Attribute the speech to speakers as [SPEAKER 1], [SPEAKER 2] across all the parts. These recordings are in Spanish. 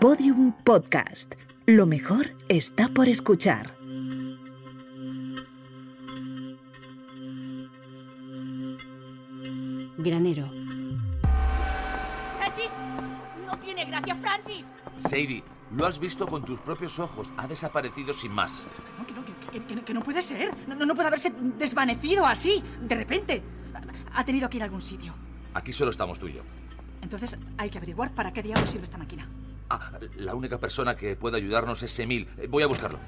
[SPEAKER 1] Podium Podcast. Lo mejor está por escuchar.
[SPEAKER 2] Granero.
[SPEAKER 3] ¡Francis! ¡No tiene gracia, Francis!
[SPEAKER 4] Sadie, lo has visto con tus propios ojos. Ha desaparecido sin más.
[SPEAKER 3] No, que, no, que, que- que no- que no puede ser. No, no- no puede haberse desvanecido así, de repente. Ha ha tenido que ir a algún sitio.
[SPEAKER 4] Aquí solo estamos tú y yo.
[SPEAKER 3] Entonces hay que averiguar para qué diablos sirve esta máquina.
[SPEAKER 4] Ah, la única persona que puede ayudarnos es Emil. Eh, Voy a buscarlo.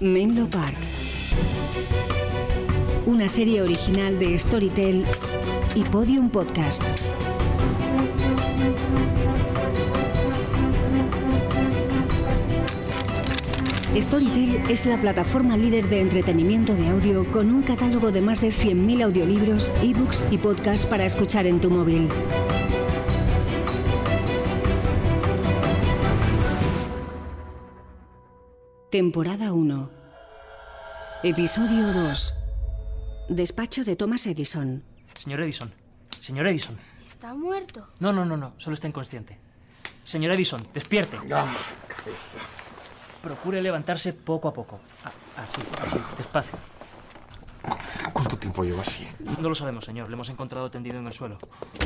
[SPEAKER 2] Menlo Park. Una serie original de Storytel y Podium Podcast. Storytel es la plataforma líder de entretenimiento de audio con un catálogo de más de 100.000 audiolibros, ebooks y podcasts para escuchar en tu móvil. Temporada 1. Episodio 2. Despacho de Thomas Edison.
[SPEAKER 5] Señor Edison. Señor Edison.
[SPEAKER 6] Está muerto.
[SPEAKER 5] No, no, no, no. Solo está inconsciente. Señor Edison, despierte. Procure levantarse poco a poco. A- así, así, despacio.
[SPEAKER 7] ¿Cuánto tiempo llevo así?
[SPEAKER 5] No lo sabemos, señor. Le hemos encontrado tendido en el suelo.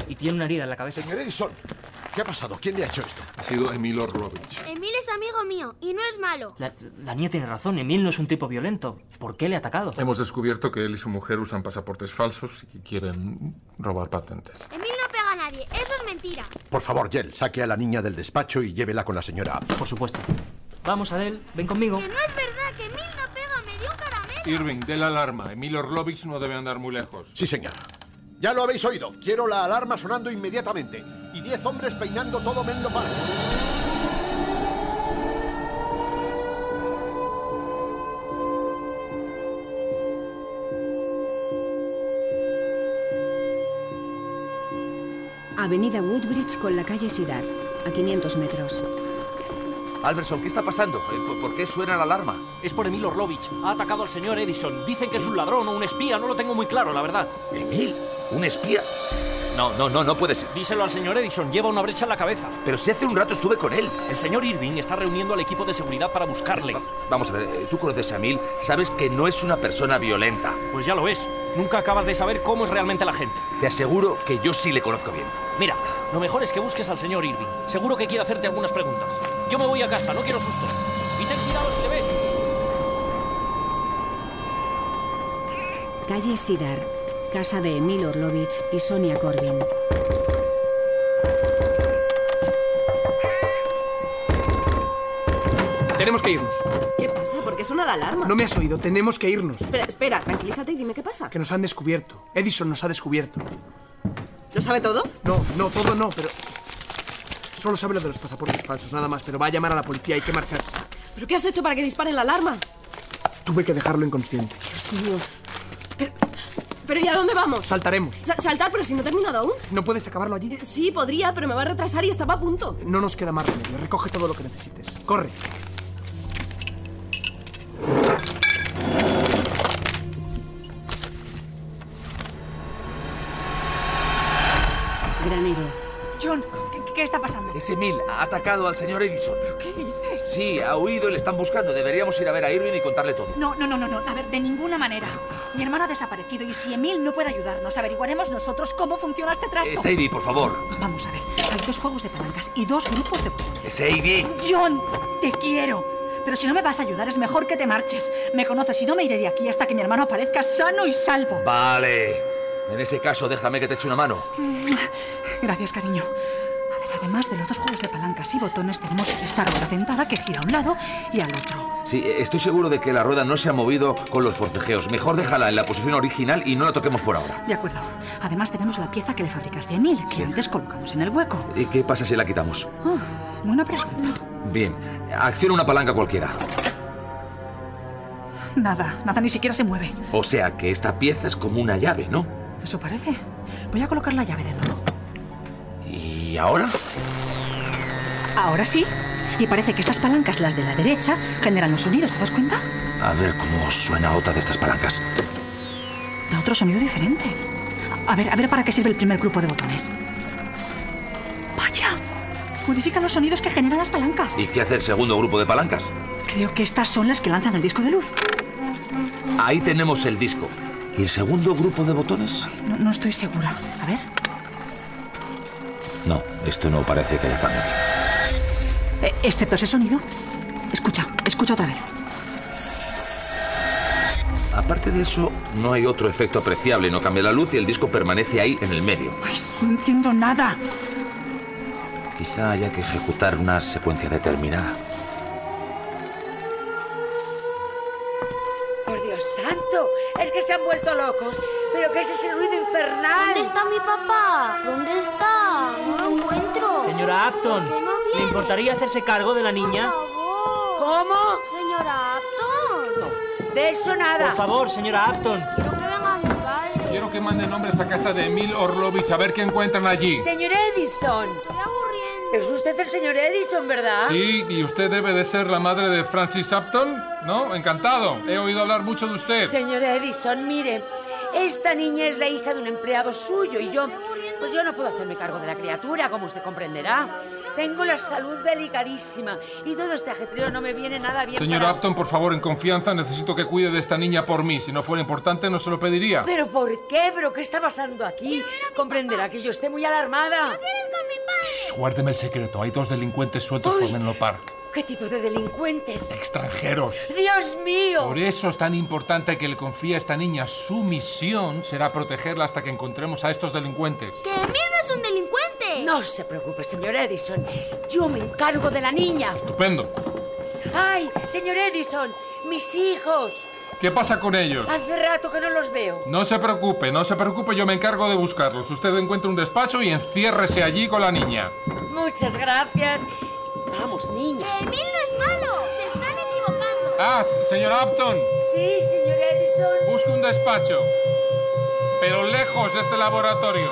[SPEAKER 5] Y tiene una herida en la cabeza.
[SPEAKER 7] Señor Edison, Eh, ¿qué ha pasado? ¿Quién le ha hecho esto? Ha sido Emilio Robbins.
[SPEAKER 6] Emil es amigo mío y no es malo.
[SPEAKER 5] La, la niña tiene razón. Emil no es un tipo violento. ¿Por qué le ha atacado?
[SPEAKER 8] Hemos descubierto que él y su mujer usan pasaportes falsos y quieren robar patentes.
[SPEAKER 6] Emil no pega a nadie, eso es mentira.
[SPEAKER 7] Por favor, Yel, saque a la niña del despacho y llévela con la señora.
[SPEAKER 5] Por supuesto. Vamos, Adel. Ven conmigo.
[SPEAKER 6] Que no es verdad que Emil no pega, me dio un caramelo.
[SPEAKER 8] Irving, dé la alarma. Emil Orlovich no debe andar muy lejos.
[SPEAKER 7] Sí, señor. Ya lo habéis oído. Quiero la alarma sonando inmediatamente. Y diez hombres peinando todo Menlo Park.
[SPEAKER 2] Avenida Woodbridge con la calle Sidar, a 500 metros.
[SPEAKER 4] Alberson, ¿qué está pasando? Eh, ¿Por, por qué suena la alarma?
[SPEAKER 9] Es por Emil Orlovich. Ha atacado al señor Edison. Dicen que es un ladrón o un espía. No lo tengo muy claro, la verdad.
[SPEAKER 4] ¿Emil? ¿Un espía? No, no, no, no puede ser.
[SPEAKER 9] Díselo al señor Edison. Lleva una brecha en la cabeza.
[SPEAKER 4] Pero si hace un rato estuve con él.
[SPEAKER 9] El señor Irving está reuniendo al equipo de seguridad para buscarle.
[SPEAKER 4] Vamos a ver, eh, tú conoces a Emil, sabes que no es una persona violenta.
[SPEAKER 9] Pues ya lo es. Nunca acabas de saber cómo es realmente la gente.
[SPEAKER 4] Te aseguro que yo sí le conozco bien.
[SPEAKER 9] Mira, lo mejor es que busques al señor Irving. Seguro que quiere hacerte algunas preguntas. Yo me voy a casa, no quiero sustos. Y ten cuidado si le ves.
[SPEAKER 2] Calle Sidar, casa de Emil Orlovich y Sonia Corbin.
[SPEAKER 9] Tenemos que irnos.
[SPEAKER 10] ¿Qué pasa? ¿Por qué suena la alarma?
[SPEAKER 11] No me has oído, tenemos que irnos.
[SPEAKER 10] Espera, espera, tranquilízate y dime qué pasa.
[SPEAKER 11] Que nos han descubierto. Edison nos ha descubierto.
[SPEAKER 10] ¿Lo sabe todo?
[SPEAKER 11] No, no, todo no, pero. Solo sabe lo de los pasaportes falsos, nada más, pero va a llamar a la policía, hay que marcharse.
[SPEAKER 10] ¿Pero qué has hecho para que disparen la alarma?
[SPEAKER 11] Tuve que dejarlo inconsciente.
[SPEAKER 10] Dios mío. Pero, pero ¿y a dónde vamos?
[SPEAKER 11] Saltaremos.
[SPEAKER 10] Sa- saltar, pero si no he terminado aún.
[SPEAKER 11] ¿No puedes acabarlo allí?
[SPEAKER 10] Eh, Sí, podría, pero me va a retrasar y estaba a punto.
[SPEAKER 11] No nos queda más remedio. Recoge todo lo que necesites. Corre.
[SPEAKER 2] Granero.
[SPEAKER 3] John, ¿qué, qué está pasando?
[SPEAKER 4] Ese Emil ha atacado al señor Edison.
[SPEAKER 3] ¿Qué dices?
[SPEAKER 4] Sí, ha huido y le están buscando. Deberíamos ir a ver a Irving y contarle todo.
[SPEAKER 3] No, no, no, no, no. A ver, de ninguna manera. Mi hermano ha desaparecido y si Emil no puede ayudarnos, averiguaremos nosotros cómo funciona este
[SPEAKER 4] Eh,
[SPEAKER 3] trasto.
[SPEAKER 4] Sadie, por favor.
[SPEAKER 3] Vamos a ver. Hay dos juegos de palancas y dos grupos de botones.
[SPEAKER 4] Sadie.
[SPEAKER 3] John, te quiero. Pero si no me vas a ayudar, es mejor que te marches. Me conoces y no me iré de aquí hasta que mi hermano aparezca sano y salvo.
[SPEAKER 4] Vale. En ese caso, déjame que te eche una mano.
[SPEAKER 3] Gracias, cariño. A ver, además de los dos juegos de palancas y botones, tenemos esta rueda dentada que gira a un lado y al otro.
[SPEAKER 4] Sí, eh, estoy seguro de que la rueda no se ha movido con los forcejeos. Mejor déjala en la posición original y no la toquemos por ahora.
[SPEAKER 3] De acuerdo. Además, tenemos la pieza que le fabricaste a Emil, que antes colocamos en el hueco.
[SPEAKER 4] ¿Y qué pasa si la quitamos?
[SPEAKER 3] Ah, buena pregunta.
[SPEAKER 4] Bien, acciona una palanca cualquiera.
[SPEAKER 3] Nada, nada, ni siquiera se mueve.
[SPEAKER 4] O sea que esta pieza es como una llave, ¿no?
[SPEAKER 3] Eso parece. Voy a colocar la llave de nuevo.
[SPEAKER 4] ¿Y ahora?
[SPEAKER 3] Ahora sí. Y parece que estas palancas, las de la derecha, generan los sonidos, ¿te das cuenta?
[SPEAKER 4] A ver cómo suena otra de estas palancas.
[SPEAKER 3] Da otro sonido diferente. A ver, a ver para qué sirve el primer grupo de botones. Vaya. Modifica los sonidos que generan las palancas.
[SPEAKER 4] ¿Y qué hace el segundo grupo de palancas?
[SPEAKER 3] Creo que estas son las que lanzan el disco de luz.
[SPEAKER 4] Ahí tenemos el disco. ¿Y el segundo grupo de botones?
[SPEAKER 3] No, no estoy segura. A ver.
[SPEAKER 4] No, esto no parece que haya cambiado.
[SPEAKER 3] Eh, Excepto ese sonido. Escucha, escucha otra vez.
[SPEAKER 4] Aparte de eso, no hay otro efecto apreciable. No cambia la luz y el disco permanece ahí en el medio.
[SPEAKER 3] Ay, no entiendo nada.
[SPEAKER 4] Quizá haya que ejecutar una secuencia determinada.
[SPEAKER 12] Por Dios santo, es que se han vuelto locos. ¿Pero qué es ese ruido infernal?
[SPEAKER 6] ¿Dónde está mi papá? ¿Dónde está? No lo encuentro.
[SPEAKER 5] Señora Apton,
[SPEAKER 6] ¿Por qué no
[SPEAKER 5] ¿le
[SPEAKER 6] viene?
[SPEAKER 5] importaría hacerse cargo de la niña?
[SPEAKER 6] Por favor.
[SPEAKER 12] ¿Cómo?
[SPEAKER 6] Señora Apton.
[SPEAKER 12] De eso nada.
[SPEAKER 5] Por favor, señora Apton.
[SPEAKER 6] Quiero que venga mi padre.
[SPEAKER 8] Quiero que manden hombres a casa de Emil Orlovich a ver qué encuentran allí.
[SPEAKER 12] Señor Edison.
[SPEAKER 6] Estoy aburriendo.
[SPEAKER 12] Es usted el señor Edison, ¿verdad?
[SPEAKER 8] Sí, y usted debe de ser la madre de Francis Upton, ¿no? Encantado. He oído hablar mucho de usted.
[SPEAKER 12] Señor Edison, mire. Esta niña es la hija de un empleado suyo y yo... Pues yo no puedo hacerme cargo de la criatura, como usted comprenderá. Tengo la salud delicadísima y todo este ajetreo no me viene nada bien
[SPEAKER 8] Señor
[SPEAKER 12] para-
[SPEAKER 8] Upton, por favor, en confianza, necesito que cuide de esta niña por mí. Si no fuera importante, no se lo pediría.
[SPEAKER 12] ¿Pero por qué? ¿Pero qué está pasando aquí? Comprenderá que yo esté muy alarmada.
[SPEAKER 6] Quiero ir con mi padre.
[SPEAKER 8] Guárdeme el secreto. Hay dos delincuentes sueltos por Menlo Park.
[SPEAKER 12] ¿Qué tipo de delincuentes?
[SPEAKER 8] Extranjeros.
[SPEAKER 12] ¡Dios mío!
[SPEAKER 8] Por eso es tan importante que le confíe a esta niña. Su misión será protegerla hasta que encontremos a estos delincuentes.
[SPEAKER 6] Que Emil no es un delincuente.
[SPEAKER 12] No se preocupe, señor Edison. Yo me encargo de la niña.
[SPEAKER 8] Estupendo.
[SPEAKER 12] ¡Ay, señor Edison! ¡Mis hijos!
[SPEAKER 8] ¿Qué pasa con ellos?
[SPEAKER 12] Hace rato que no los veo.
[SPEAKER 8] No se preocupe, no se preocupe, yo me encargo de buscarlos. Usted encuentra un despacho y enciérrese allí con la niña.
[SPEAKER 12] Muchas gracias. Vamos,
[SPEAKER 6] Que
[SPEAKER 12] niña.
[SPEAKER 6] Emil no es malo. Se están equivocando.
[SPEAKER 8] Ah, señor Upton,
[SPEAKER 12] Sí, señor Edison.
[SPEAKER 8] busque un despacho. Pero lejos de este laboratorio.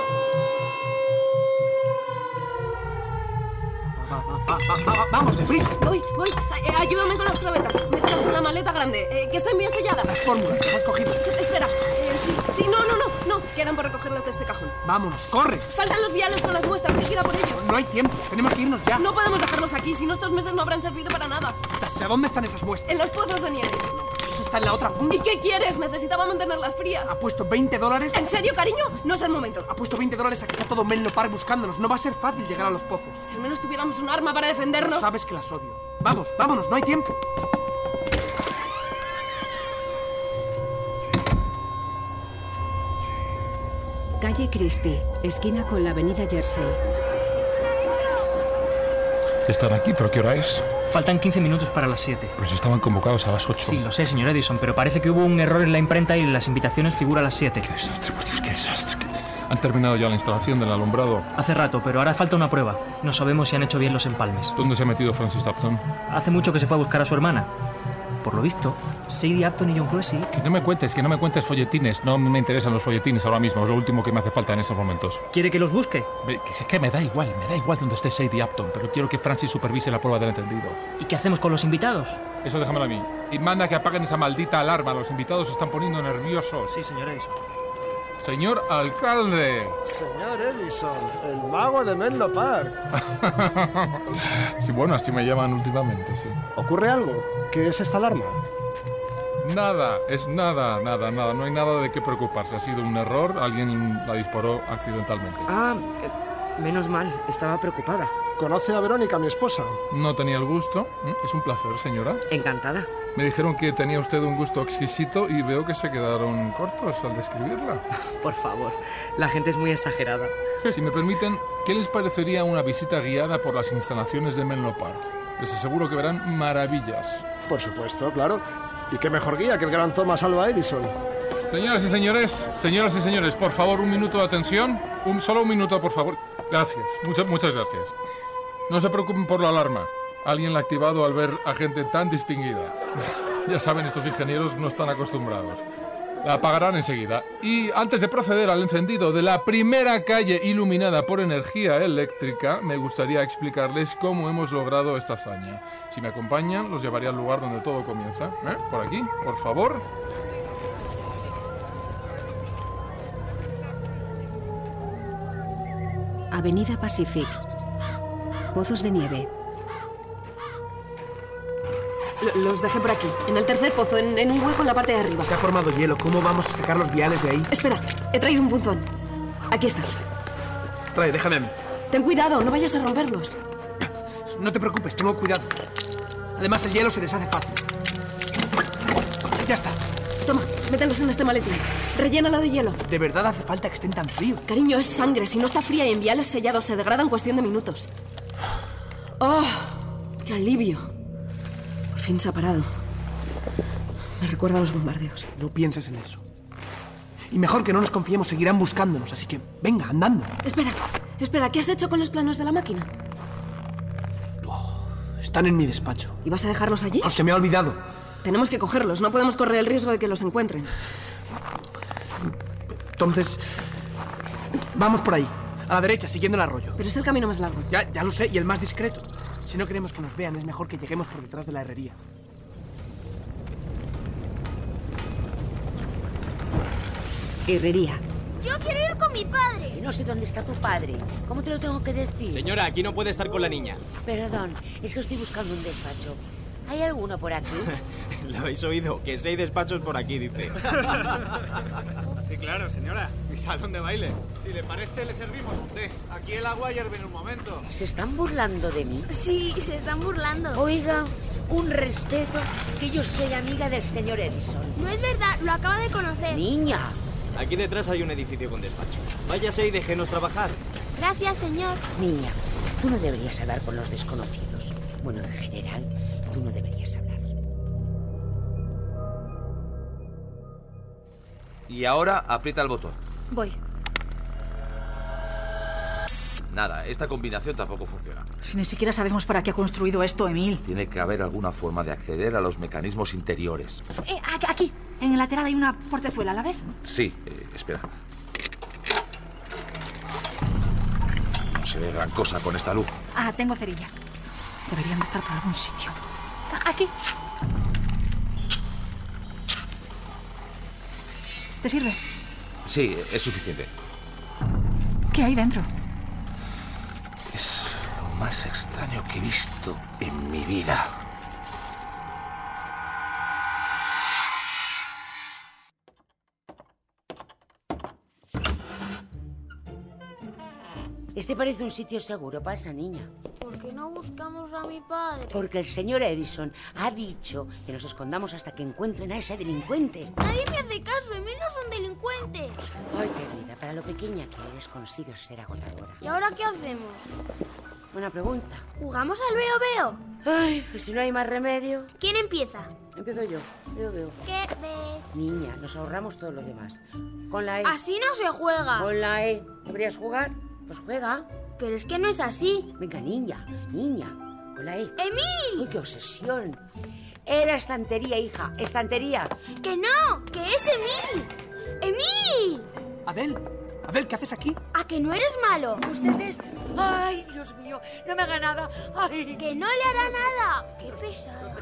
[SPEAKER 11] ¡Vamos, deprisa!
[SPEAKER 10] Voy, voy. Eh, ayúdame con las clavetas. Mételas en la maleta grande, eh, que estén bien selladas.
[SPEAKER 11] Fórmula, las has cogido.
[SPEAKER 10] Sí, espera. Eh, sí, sí, no, no, no, no. Quedan por recogerlas de este cajón.
[SPEAKER 11] Vámonos, corre.
[SPEAKER 10] Faltan los viales con las muestras. Hay que ir a por ellos.
[SPEAKER 11] No hay tiempo. Tenemos que irnos ya.
[SPEAKER 10] No podemos dejarlos aquí, si no estos meses no habrán servido para nada.
[SPEAKER 11] ¿A dónde están esas muestras?
[SPEAKER 10] En los pozos de nieve.
[SPEAKER 11] Eso está en la otra punta.
[SPEAKER 10] ¿Y qué quieres? Necesitaba mantenerlas frías.
[SPEAKER 11] Ha puesto 20 dólares.
[SPEAKER 10] ¿En serio, cariño? No es el momento.
[SPEAKER 11] Ha puesto 20 dólares a que está todo Menlo Park buscándonos. No va a ser fácil llegar a los pozos.
[SPEAKER 10] Si al menos tuviéramos un arma para
[SPEAKER 11] Pero
[SPEAKER 10] defendernos.
[SPEAKER 11] sabes que las odio. Vamos, vámonos, no hay tiempo.
[SPEAKER 2] Calle Christie, esquina con la avenida Jersey.
[SPEAKER 13] Están aquí, pero ¿qué hora es?
[SPEAKER 5] Faltan 15 minutos para las 7.
[SPEAKER 13] Pues estaban convocados a las 8.
[SPEAKER 5] Sí, lo sé, señor Edison, pero parece que hubo un error en la imprenta y en las invitaciones figura a las 7.
[SPEAKER 13] Qué desastre, por Dios, qué desastre. Han terminado ya la instalación del alumbrado.
[SPEAKER 5] Hace rato, pero ahora falta una prueba. No sabemos si han hecho bien los empalmes.
[SPEAKER 13] ¿Dónde se ha metido Francis Upton?
[SPEAKER 5] Hace mucho que se fue a buscar a su hermana. Por lo visto, Sadie Upton y John Cruesi
[SPEAKER 13] Que no me cuentes, que no me cuentes folletines. No me interesan los folletines ahora mismo. Es lo último que me hace falta en estos momentos.
[SPEAKER 5] quiere que los busque.
[SPEAKER 13] Ve, Que es que me da igual, me da igual donde esté Sadie Upton, pero quiero que Francis supervise la prueba del encendido.
[SPEAKER 5] ¿Y qué hacemos con los invitados?
[SPEAKER 13] Eso déjamelo a mí. Y manda que apaguen esa maldita alarma. Los invitados se están poniendo nerviosos.
[SPEAKER 5] Sí, señor Edison.
[SPEAKER 13] Señor alcalde.
[SPEAKER 14] Señor Edison, el mago de Menlo Park.
[SPEAKER 13] Sí, bueno, así me llaman últimamente, sí.
[SPEAKER 14] ¿Ocurre algo? ¿Qué es esta alarma?
[SPEAKER 13] Nada, es nada, nada, nada. No hay nada de qué preocuparse. Ha sido un error. Alguien la disparó accidentalmente.
[SPEAKER 14] Ah, menos mal, estaba preocupada. ¿Conoce a Verónica, mi esposa?
[SPEAKER 13] No tenía el gusto. Mm, Es un placer, señora.
[SPEAKER 14] Encantada.
[SPEAKER 13] Me dijeron que tenía usted un gusto exquisito y veo que se quedaron cortos al describirla.
[SPEAKER 15] Por favor, la gente es muy exagerada.
[SPEAKER 13] Si me permiten, ¿qué les parecería una visita guiada por las instalaciones de Menlo Park? Les aseguro que verán maravillas.
[SPEAKER 14] Por supuesto, claro. ¿Y qué mejor guía que el gran Thomas Alva Edison?
[SPEAKER 13] Señoras y señores, señoras y señores, por favor, un minuto de atención. Un, solo un minuto, por favor. Gracias, muchas, muchas gracias. No se preocupen por la alarma. Alguien la ha activado al ver a gente tan distinguida. Ya saben, estos ingenieros no están acostumbrados. La apagarán enseguida. Y antes de proceder al encendido de la primera calle iluminada por energía eléctrica, me gustaría explicarles cómo hemos logrado esta hazaña. Si me acompañan, los llevaré al lugar donde todo comienza. ¿Eh? Por aquí, por favor.
[SPEAKER 2] Avenida Pacific. Pozos de nieve.
[SPEAKER 10] Lo- Los dejé por aquí, en el tercer pozo, en, en un hueco en la parte de arriba.
[SPEAKER 11] Se ha formado hielo. ¿Cómo vamos a sacar los viales de ahí?
[SPEAKER 10] Espera, he traído un punzón. Aquí está.
[SPEAKER 11] Trae, déjame a mí.
[SPEAKER 10] Ten cuidado, no vayas a romperlos.
[SPEAKER 11] No te preocupes, tengo cuidado. Además, el hielo se deshace fácil. Ya está.
[SPEAKER 10] Toma, mételos en este maletín. Rellénalo de hielo.
[SPEAKER 11] De verdad hace falta que estén tan fríos.
[SPEAKER 10] Cariño, es sangre. Si no está fría y en viales sellados, se degrada en cuestión de minutos. ¡Oh! ¡Qué alivio! Por fin se ha parado. Me recuerda a los bombardeos.
[SPEAKER 11] No pienses en eso. Y mejor que no nos confiemos, seguirán buscándonos. Así que, venga, andando.
[SPEAKER 10] Espera, espera, ¿qué has hecho con los planos de la máquina?
[SPEAKER 11] Están en mi despacho.
[SPEAKER 10] ¿Y vas a dejarlos allí?
[SPEAKER 11] No, se me ha olvidado.
[SPEAKER 10] Tenemos que cogerlos, no podemos correr el riesgo de que los encuentren.
[SPEAKER 11] Entonces, vamos por ahí. A la derecha, siguiendo el arroyo.
[SPEAKER 10] Pero es el camino más largo.
[SPEAKER 11] Ya, ya lo sé, y el más discreto. Si no queremos que nos vean, es mejor que lleguemos por detrás de la herrería.
[SPEAKER 2] Herrería.
[SPEAKER 6] Yo quiero ir con mi padre.
[SPEAKER 12] No sé dónde está tu padre. ¿Cómo te lo tengo que decir?
[SPEAKER 16] Señora, aquí no puede estar con la niña.
[SPEAKER 12] Perdón, es que estoy buscando un despacho. ¿Hay alguno por aquí?
[SPEAKER 16] ¿Lo habéis oído? Que seis despachos por aquí, dice.
[SPEAKER 17] Sí, claro, señora. Mi salón de baile. Si le parece, le servimos un té. Aquí el agua hierve en un momento.
[SPEAKER 12] ¿Se están burlando de mí?
[SPEAKER 6] Sí, se están burlando.
[SPEAKER 12] Oiga, un respeto que yo soy amiga del señor Edison.
[SPEAKER 6] No es verdad, lo acaba de conocer.
[SPEAKER 12] Niña.
[SPEAKER 16] Aquí detrás hay un edificio con despacho. Váyase y déjenos trabajar.
[SPEAKER 6] Gracias, señor.
[SPEAKER 12] Niña, tú no deberías hablar con los desconocidos. Bueno, en general, tú no deberías hablar.
[SPEAKER 4] Y ahora aprieta el botón.
[SPEAKER 3] Voy.
[SPEAKER 4] Nada, esta combinación tampoco funciona.
[SPEAKER 3] Si ni siquiera sabemos para qué ha construido esto, Emil.
[SPEAKER 4] Tiene que haber alguna forma de acceder a los mecanismos interiores.
[SPEAKER 3] Eh, aquí- aquí, en el lateral hay una portezuela, ¿la ves?
[SPEAKER 4] Sí, eh, espera. No se ve gran cosa con esta luz.
[SPEAKER 3] Ah, tengo cerillas. Deberían de estar por algún sitio. A- Aquí. ¿Te sirve?
[SPEAKER 4] Sí, es suficiente.
[SPEAKER 3] ¿Qué hay dentro?
[SPEAKER 4] Es lo más extraño que he visto en mi vida.
[SPEAKER 12] Este parece un sitio seguro, pasa, niña.
[SPEAKER 6] ¿Por qué no buscamos a mi padre?
[SPEAKER 12] Porque el señor Edison ha dicho que nos escondamos hasta que encuentren a ese delincuente.
[SPEAKER 6] Nadie me hace caso, Emil no es un delincuente.
[SPEAKER 12] Ay, qué vida, para lo pequeña que eres consigues ser agotadora.
[SPEAKER 6] ¿Y ahora qué hacemos?
[SPEAKER 12] Buena pregunta.
[SPEAKER 6] ¿Jugamos al veo veo?
[SPEAKER 12] Ay, pues si no hay más remedio.
[SPEAKER 6] ¿Quién empieza?
[SPEAKER 12] Empiezo yo. Veo, veo.
[SPEAKER 6] ¿Qué ves?
[SPEAKER 12] Niña, nos ahorramos todo lo demás. Con la E.
[SPEAKER 3] Ah,
[SPEAKER 6] Así no se juega.
[SPEAKER 12] Con la E. ¿Deberías jugar? Pues juega.
[SPEAKER 6] Pero es que no es así.
[SPEAKER 12] Venga, niña, niña. Con la E.
[SPEAKER 6] ¡Emil!
[SPEAKER 12] ¡Uy, qué obsesión! Era estantería, hija. Estantería.
[SPEAKER 6] ¡Que no! ¡Que es Emil! ¡Emil!
[SPEAKER 11] Adel, Adel, ¿qué haces aquí?
[SPEAKER 6] ¡A que no eres malo!
[SPEAKER 12] ¿Ustedes? ¡Ay, Dios mío! No me haga nada. ¡Ay!
[SPEAKER 6] ¡Que no le hará nada! ¡Qué pesada!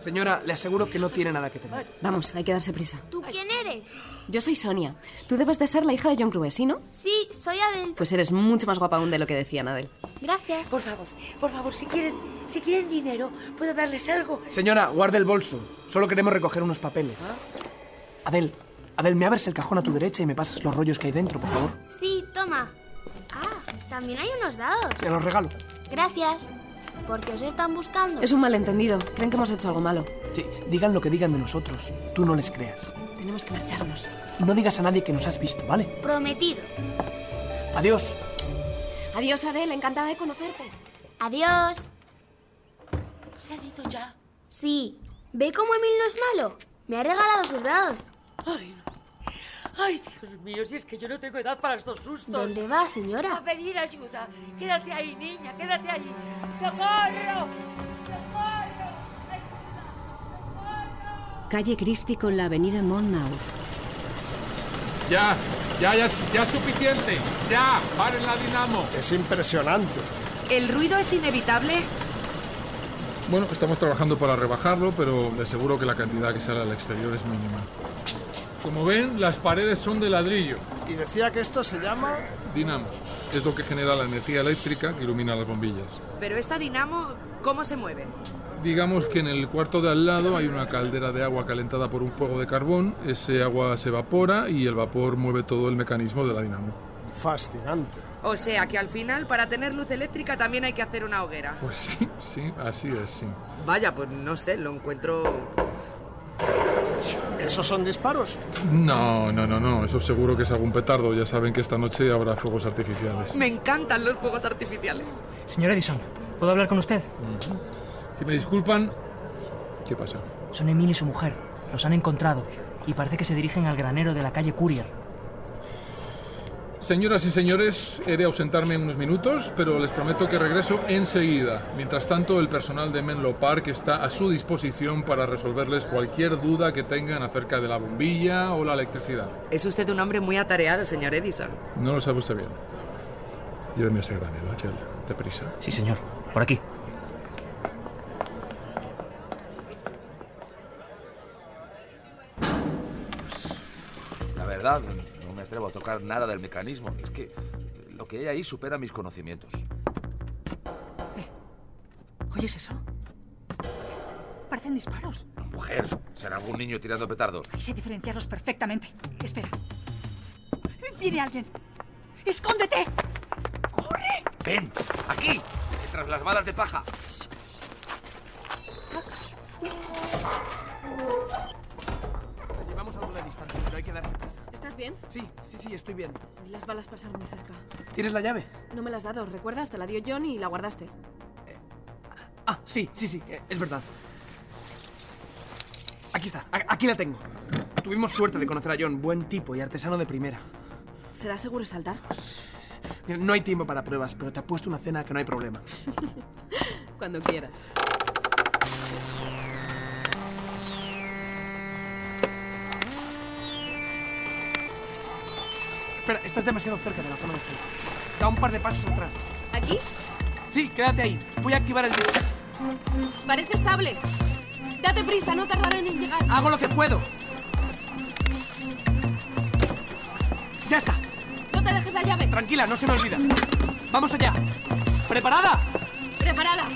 [SPEAKER 11] Señora, le aseguro que no tiene nada que temer.
[SPEAKER 10] Vamos, hay que darse prisa.
[SPEAKER 6] ¿Tú quién eres?
[SPEAKER 10] Yo soy Sonia. Tú debes de ser la hija de John Crue, ¿sí, no?
[SPEAKER 6] Sí, soy Abel.
[SPEAKER 10] Pues eres mucho más guapa aún de lo que decía Adel.
[SPEAKER 6] Gracias.
[SPEAKER 12] Por favor, por favor, si quieren, si quieren dinero, pues- ¿puedo darles algo?
[SPEAKER 11] Señora, guarde el bolso. Solo queremos recoger unos papeles.
[SPEAKER 5] ¿Ah?
[SPEAKER 11] Adel, Adel, me abres el cajón a tu derecha y me pasas los rollos que hay dentro, por favor.
[SPEAKER 6] Sí, toma. Ah, también hay unos dados.
[SPEAKER 11] Te los regalo.
[SPEAKER 6] Gracias. Porque os están buscando.
[SPEAKER 10] Es un malentendido. Creen que hemos hecho algo malo.
[SPEAKER 11] Sí, digan lo que digan de nosotros. Tú no les creas.
[SPEAKER 10] Tenemos que marcharnos.
[SPEAKER 11] No digas a nadie que nos has visto, ¿vale?
[SPEAKER 6] Prometido.
[SPEAKER 11] Adiós.
[SPEAKER 10] Adiós, Adel. Encantada de conocerte.
[SPEAKER 6] Adiós.
[SPEAKER 12] ¿Se han ido ya?
[SPEAKER 6] Sí. ¿Ve cómo Emil no es malo? Me ha regalado sus dados.
[SPEAKER 12] ¡Ay, Dios mío! Si es que yo no tengo edad para estos sustos.
[SPEAKER 6] ¿Dónde va, señora?
[SPEAKER 12] A pedir ayuda. Quédate ahí, niña, quédate ahí. ¡Socorro!
[SPEAKER 2] Calle Christie con la avenida Monmouth.
[SPEAKER 13] Ya, ya, ya, es- ya es suficiente. Ya, paren la dinamo.
[SPEAKER 7] Es impresionante.
[SPEAKER 18] ¿El ruido es inevitable?
[SPEAKER 13] Bueno, estamos trabajando para rebajarlo, pero de seguro que la cantidad que sale al exterior es mínima. Como ven, las paredes son de ladrillo.
[SPEAKER 14] Y decía que esto se llama...
[SPEAKER 13] Dinamo. Es lo que genera la energía eléctrica que ilumina las bombillas.
[SPEAKER 18] Pero esta dinamo, ¿cómo se mueve?
[SPEAKER 13] Digamos que en el cuarto de al lado hay una caldera de agua calentada por un fuego de carbón. Ese agua se evapora y el vapor mueve todo el mecanismo de la dinamo.
[SPEAKER 14] Fascinante.
[SPEAKER 18] O sea que al final, para tener luz eléctrica, también hay que hacer una hoguera.
[SPEAKER 13] Pues sí, sí, así es, sí.
[SPEAKER 15] Vaya, pues no sé, lo encuentro...
[SPEAKER 14] ¿Esos son disparos?
[SPEAKER 13] No, no, no, no. Eso seguro que es algún petardo. Ya saben que esta noche habrá fuegos artificiales.
[SPEAKER 15] Me encantan los fuegos artificiales.
[SPEAKER 5] Señor Edison, ¿puedo hablar con usted?
[SPEAKER 13] Si me disculpan... ¿Qué pasa?
[SPEAKER 5] Son Emil y su mujer. Los han encontrado. Y parece que se dirigen al granero de la calle Courier.
[SPEAKER 13] Señoras y señores, he de ausentarme unos minutos, pero les prometo que regreso enseguida. Mientras tanto, el personal de Menlo Park está a su disposición para resolverles cualquier duda que tengan acerca de la bombilla o la electricidad.
[SPEAKER 15] Es usted un hombre muy atareado, señor Edison.
[SPEAKER 13] No lo sabe usted bien. Lléveme a ese granero, Chel. Deprisa.
[SPEAKER 5] Sí, señor. Por aquí.
[SPEAKER 4] La verdad, no me atrevo a tocar nada del mecanismo. Es que lo que hay ahí supera mis conocimientos.
[SPEAKER 3] ¿Oyes eso? Parecen disparos.
[SPEAKER 4] Mujer, será algún niño tirando petardos.
[SPEAKER 3] Y sé diferenciarlos perfectamente. Espera. Viene alguien. ¡Escóndete! ¡Corre!
[SPEAKER 4] ¡Ven! ¡Aquí! ¡Tras las balas de paja!
[SPEAKER 17] Las llevamos a alguna distancia, pero hay que darse prisa.
[SPEAKER 10] ¿Estás bien?
[SPEAKER 17] Sí, sí, sí, estoy bien.
[SPEAKER 10] Oí las balas pasar muy cerca.
[SPEAKER 17] ¿Tienes la llave?
[SPEAKER 10] No me las has dado, ¿recuerdas? Te la dio John y la guardaste.
[SPEAKER 17] Ah, sí, sí, sí, eh, es verdad. Aquí está, a- aquí la tengo. Tuvimos suerte de conocer a John, buen tipo y artesano de primera.
[SPEAKER 10] ¿Será seguro saltar?
[SPEAKER 17] Mira, no hay tiempo para pruebas, pero te apuesto una cena que no hay problema.
[SPEAKER 10] Cuando quieras.
[SPEAKER 17] Espera, estás demasiado cerca de la zona de salida. Da un par de pasos atrás.
[SPEAKER 10] ¿Aquí?
[SPEAKER 17] Sí, quédate ahí. Voy a activar el... dis-
[SPEAKER 10] Parece estable. Date prisa, no tardarán en llegar.
[SPEAKER 17] Hago lo que puedo. ¡Ya está!
[SPEAKER 10] No te dejes la llave.
[SPEAKER 17] Tranquila, no se me olvida. ¡Vamos allá! ¿Preparada?
[SPEAKER 10] Preparada.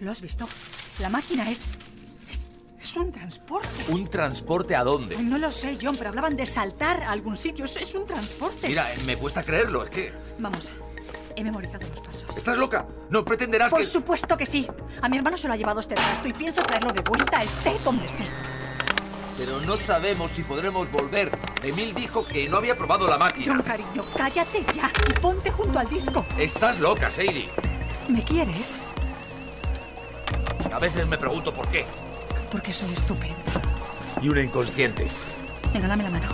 [SPEAKER 3] ¿Lo has visto? La máquina es... es- Es un transporte.
[SPEAKER 4] ¿Un transporte a dónde?
[SPEAKER 3] No lo sé, John, pero hablaban de saltar a algún sitio. Es, es un transporte.
[SPEAKER 4] Mira, me cuesta creerlo, es que...
[SPEAKER 3] Vamos, he memorizado los pasos.
[SPEAKER 4] ¿Estás loca? No pretenderás
[SPEAKER 3] Por
[SPEAKER 4] que...
[SPEAKER 3] supuesto que sí. A mi hermano se lo ha llevado este trasto y pienso traerlo de vuelta, esté donde esté.
[SPEAKER 4] Pero no sabemos si podremos volver. Emil dijo que no había probado la
[SPEAKER 3] John,
[SPEAKER 4] máquina.
[SPEAKER 3] cariño, cállate ya y ponte junto al disco.
[SPEAKER 4] Estás loca, Sadie.
[SPEAKER 3] ¿Me quieres?
[SPEAKER 4] A veces me pregunto por qué.
[SPEAKER 3] Porque soy estúpido.
[SPEAKER 4] Y una inconsciente.
[SPEAKER 3] Venga, dame la mano.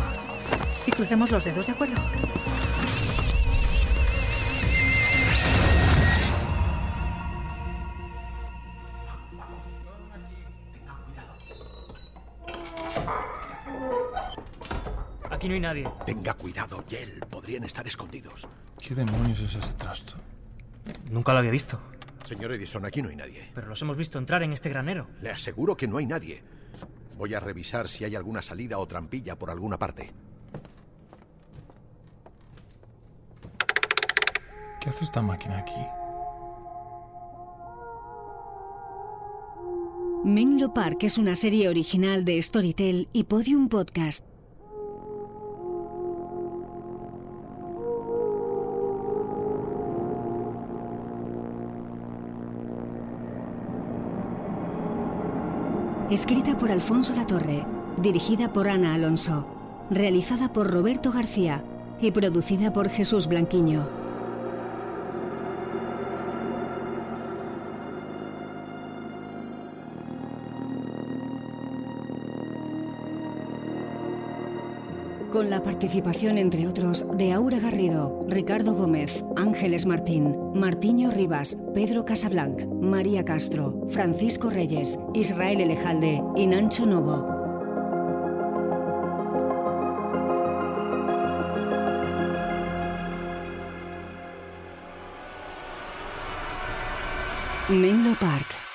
[SPEAKER 3] Y crucemos los dedos, ¿de acuerdo?
[SPEAKER 5] Aquí no hay nadie.
[SPEAKER 7] Tenga cuidado, Yel. Podrían estar escondidos.
[SPEAKER 13] ¿Qué demonios es ese trasto?
[SPEAKER 5] Nunca lo había visto.
[SPEAKER 7] Señor Edison, aquí no hay nadie.
[SPEAKER 5] Pero los hemos visto entrar en este granero.
[SPEAKER 7] Le aseguro que no hay nadie. Voy a revisar si hay alguna salida o trampilla por alguna parte.
[SPEAKER 13] ¿Qué hace esta máquina aquí?
[SPEAKER 2] Menlo Park es una serie original de Storytel y Podium Podcast. Escrita por Alfonso Latorre, dirigida por Ana Alonso, realizada por Roberto García y producida por Jesús Blanquiño. con la participación, entre otros, de Aura Garrido, Ricardo Gómez, Ángeles Martín, Martiño Rivas, Pedro Casablanc, María Castro, Francisco Reyes, Israel Elejalde y Nancho Novo. Menlo Park.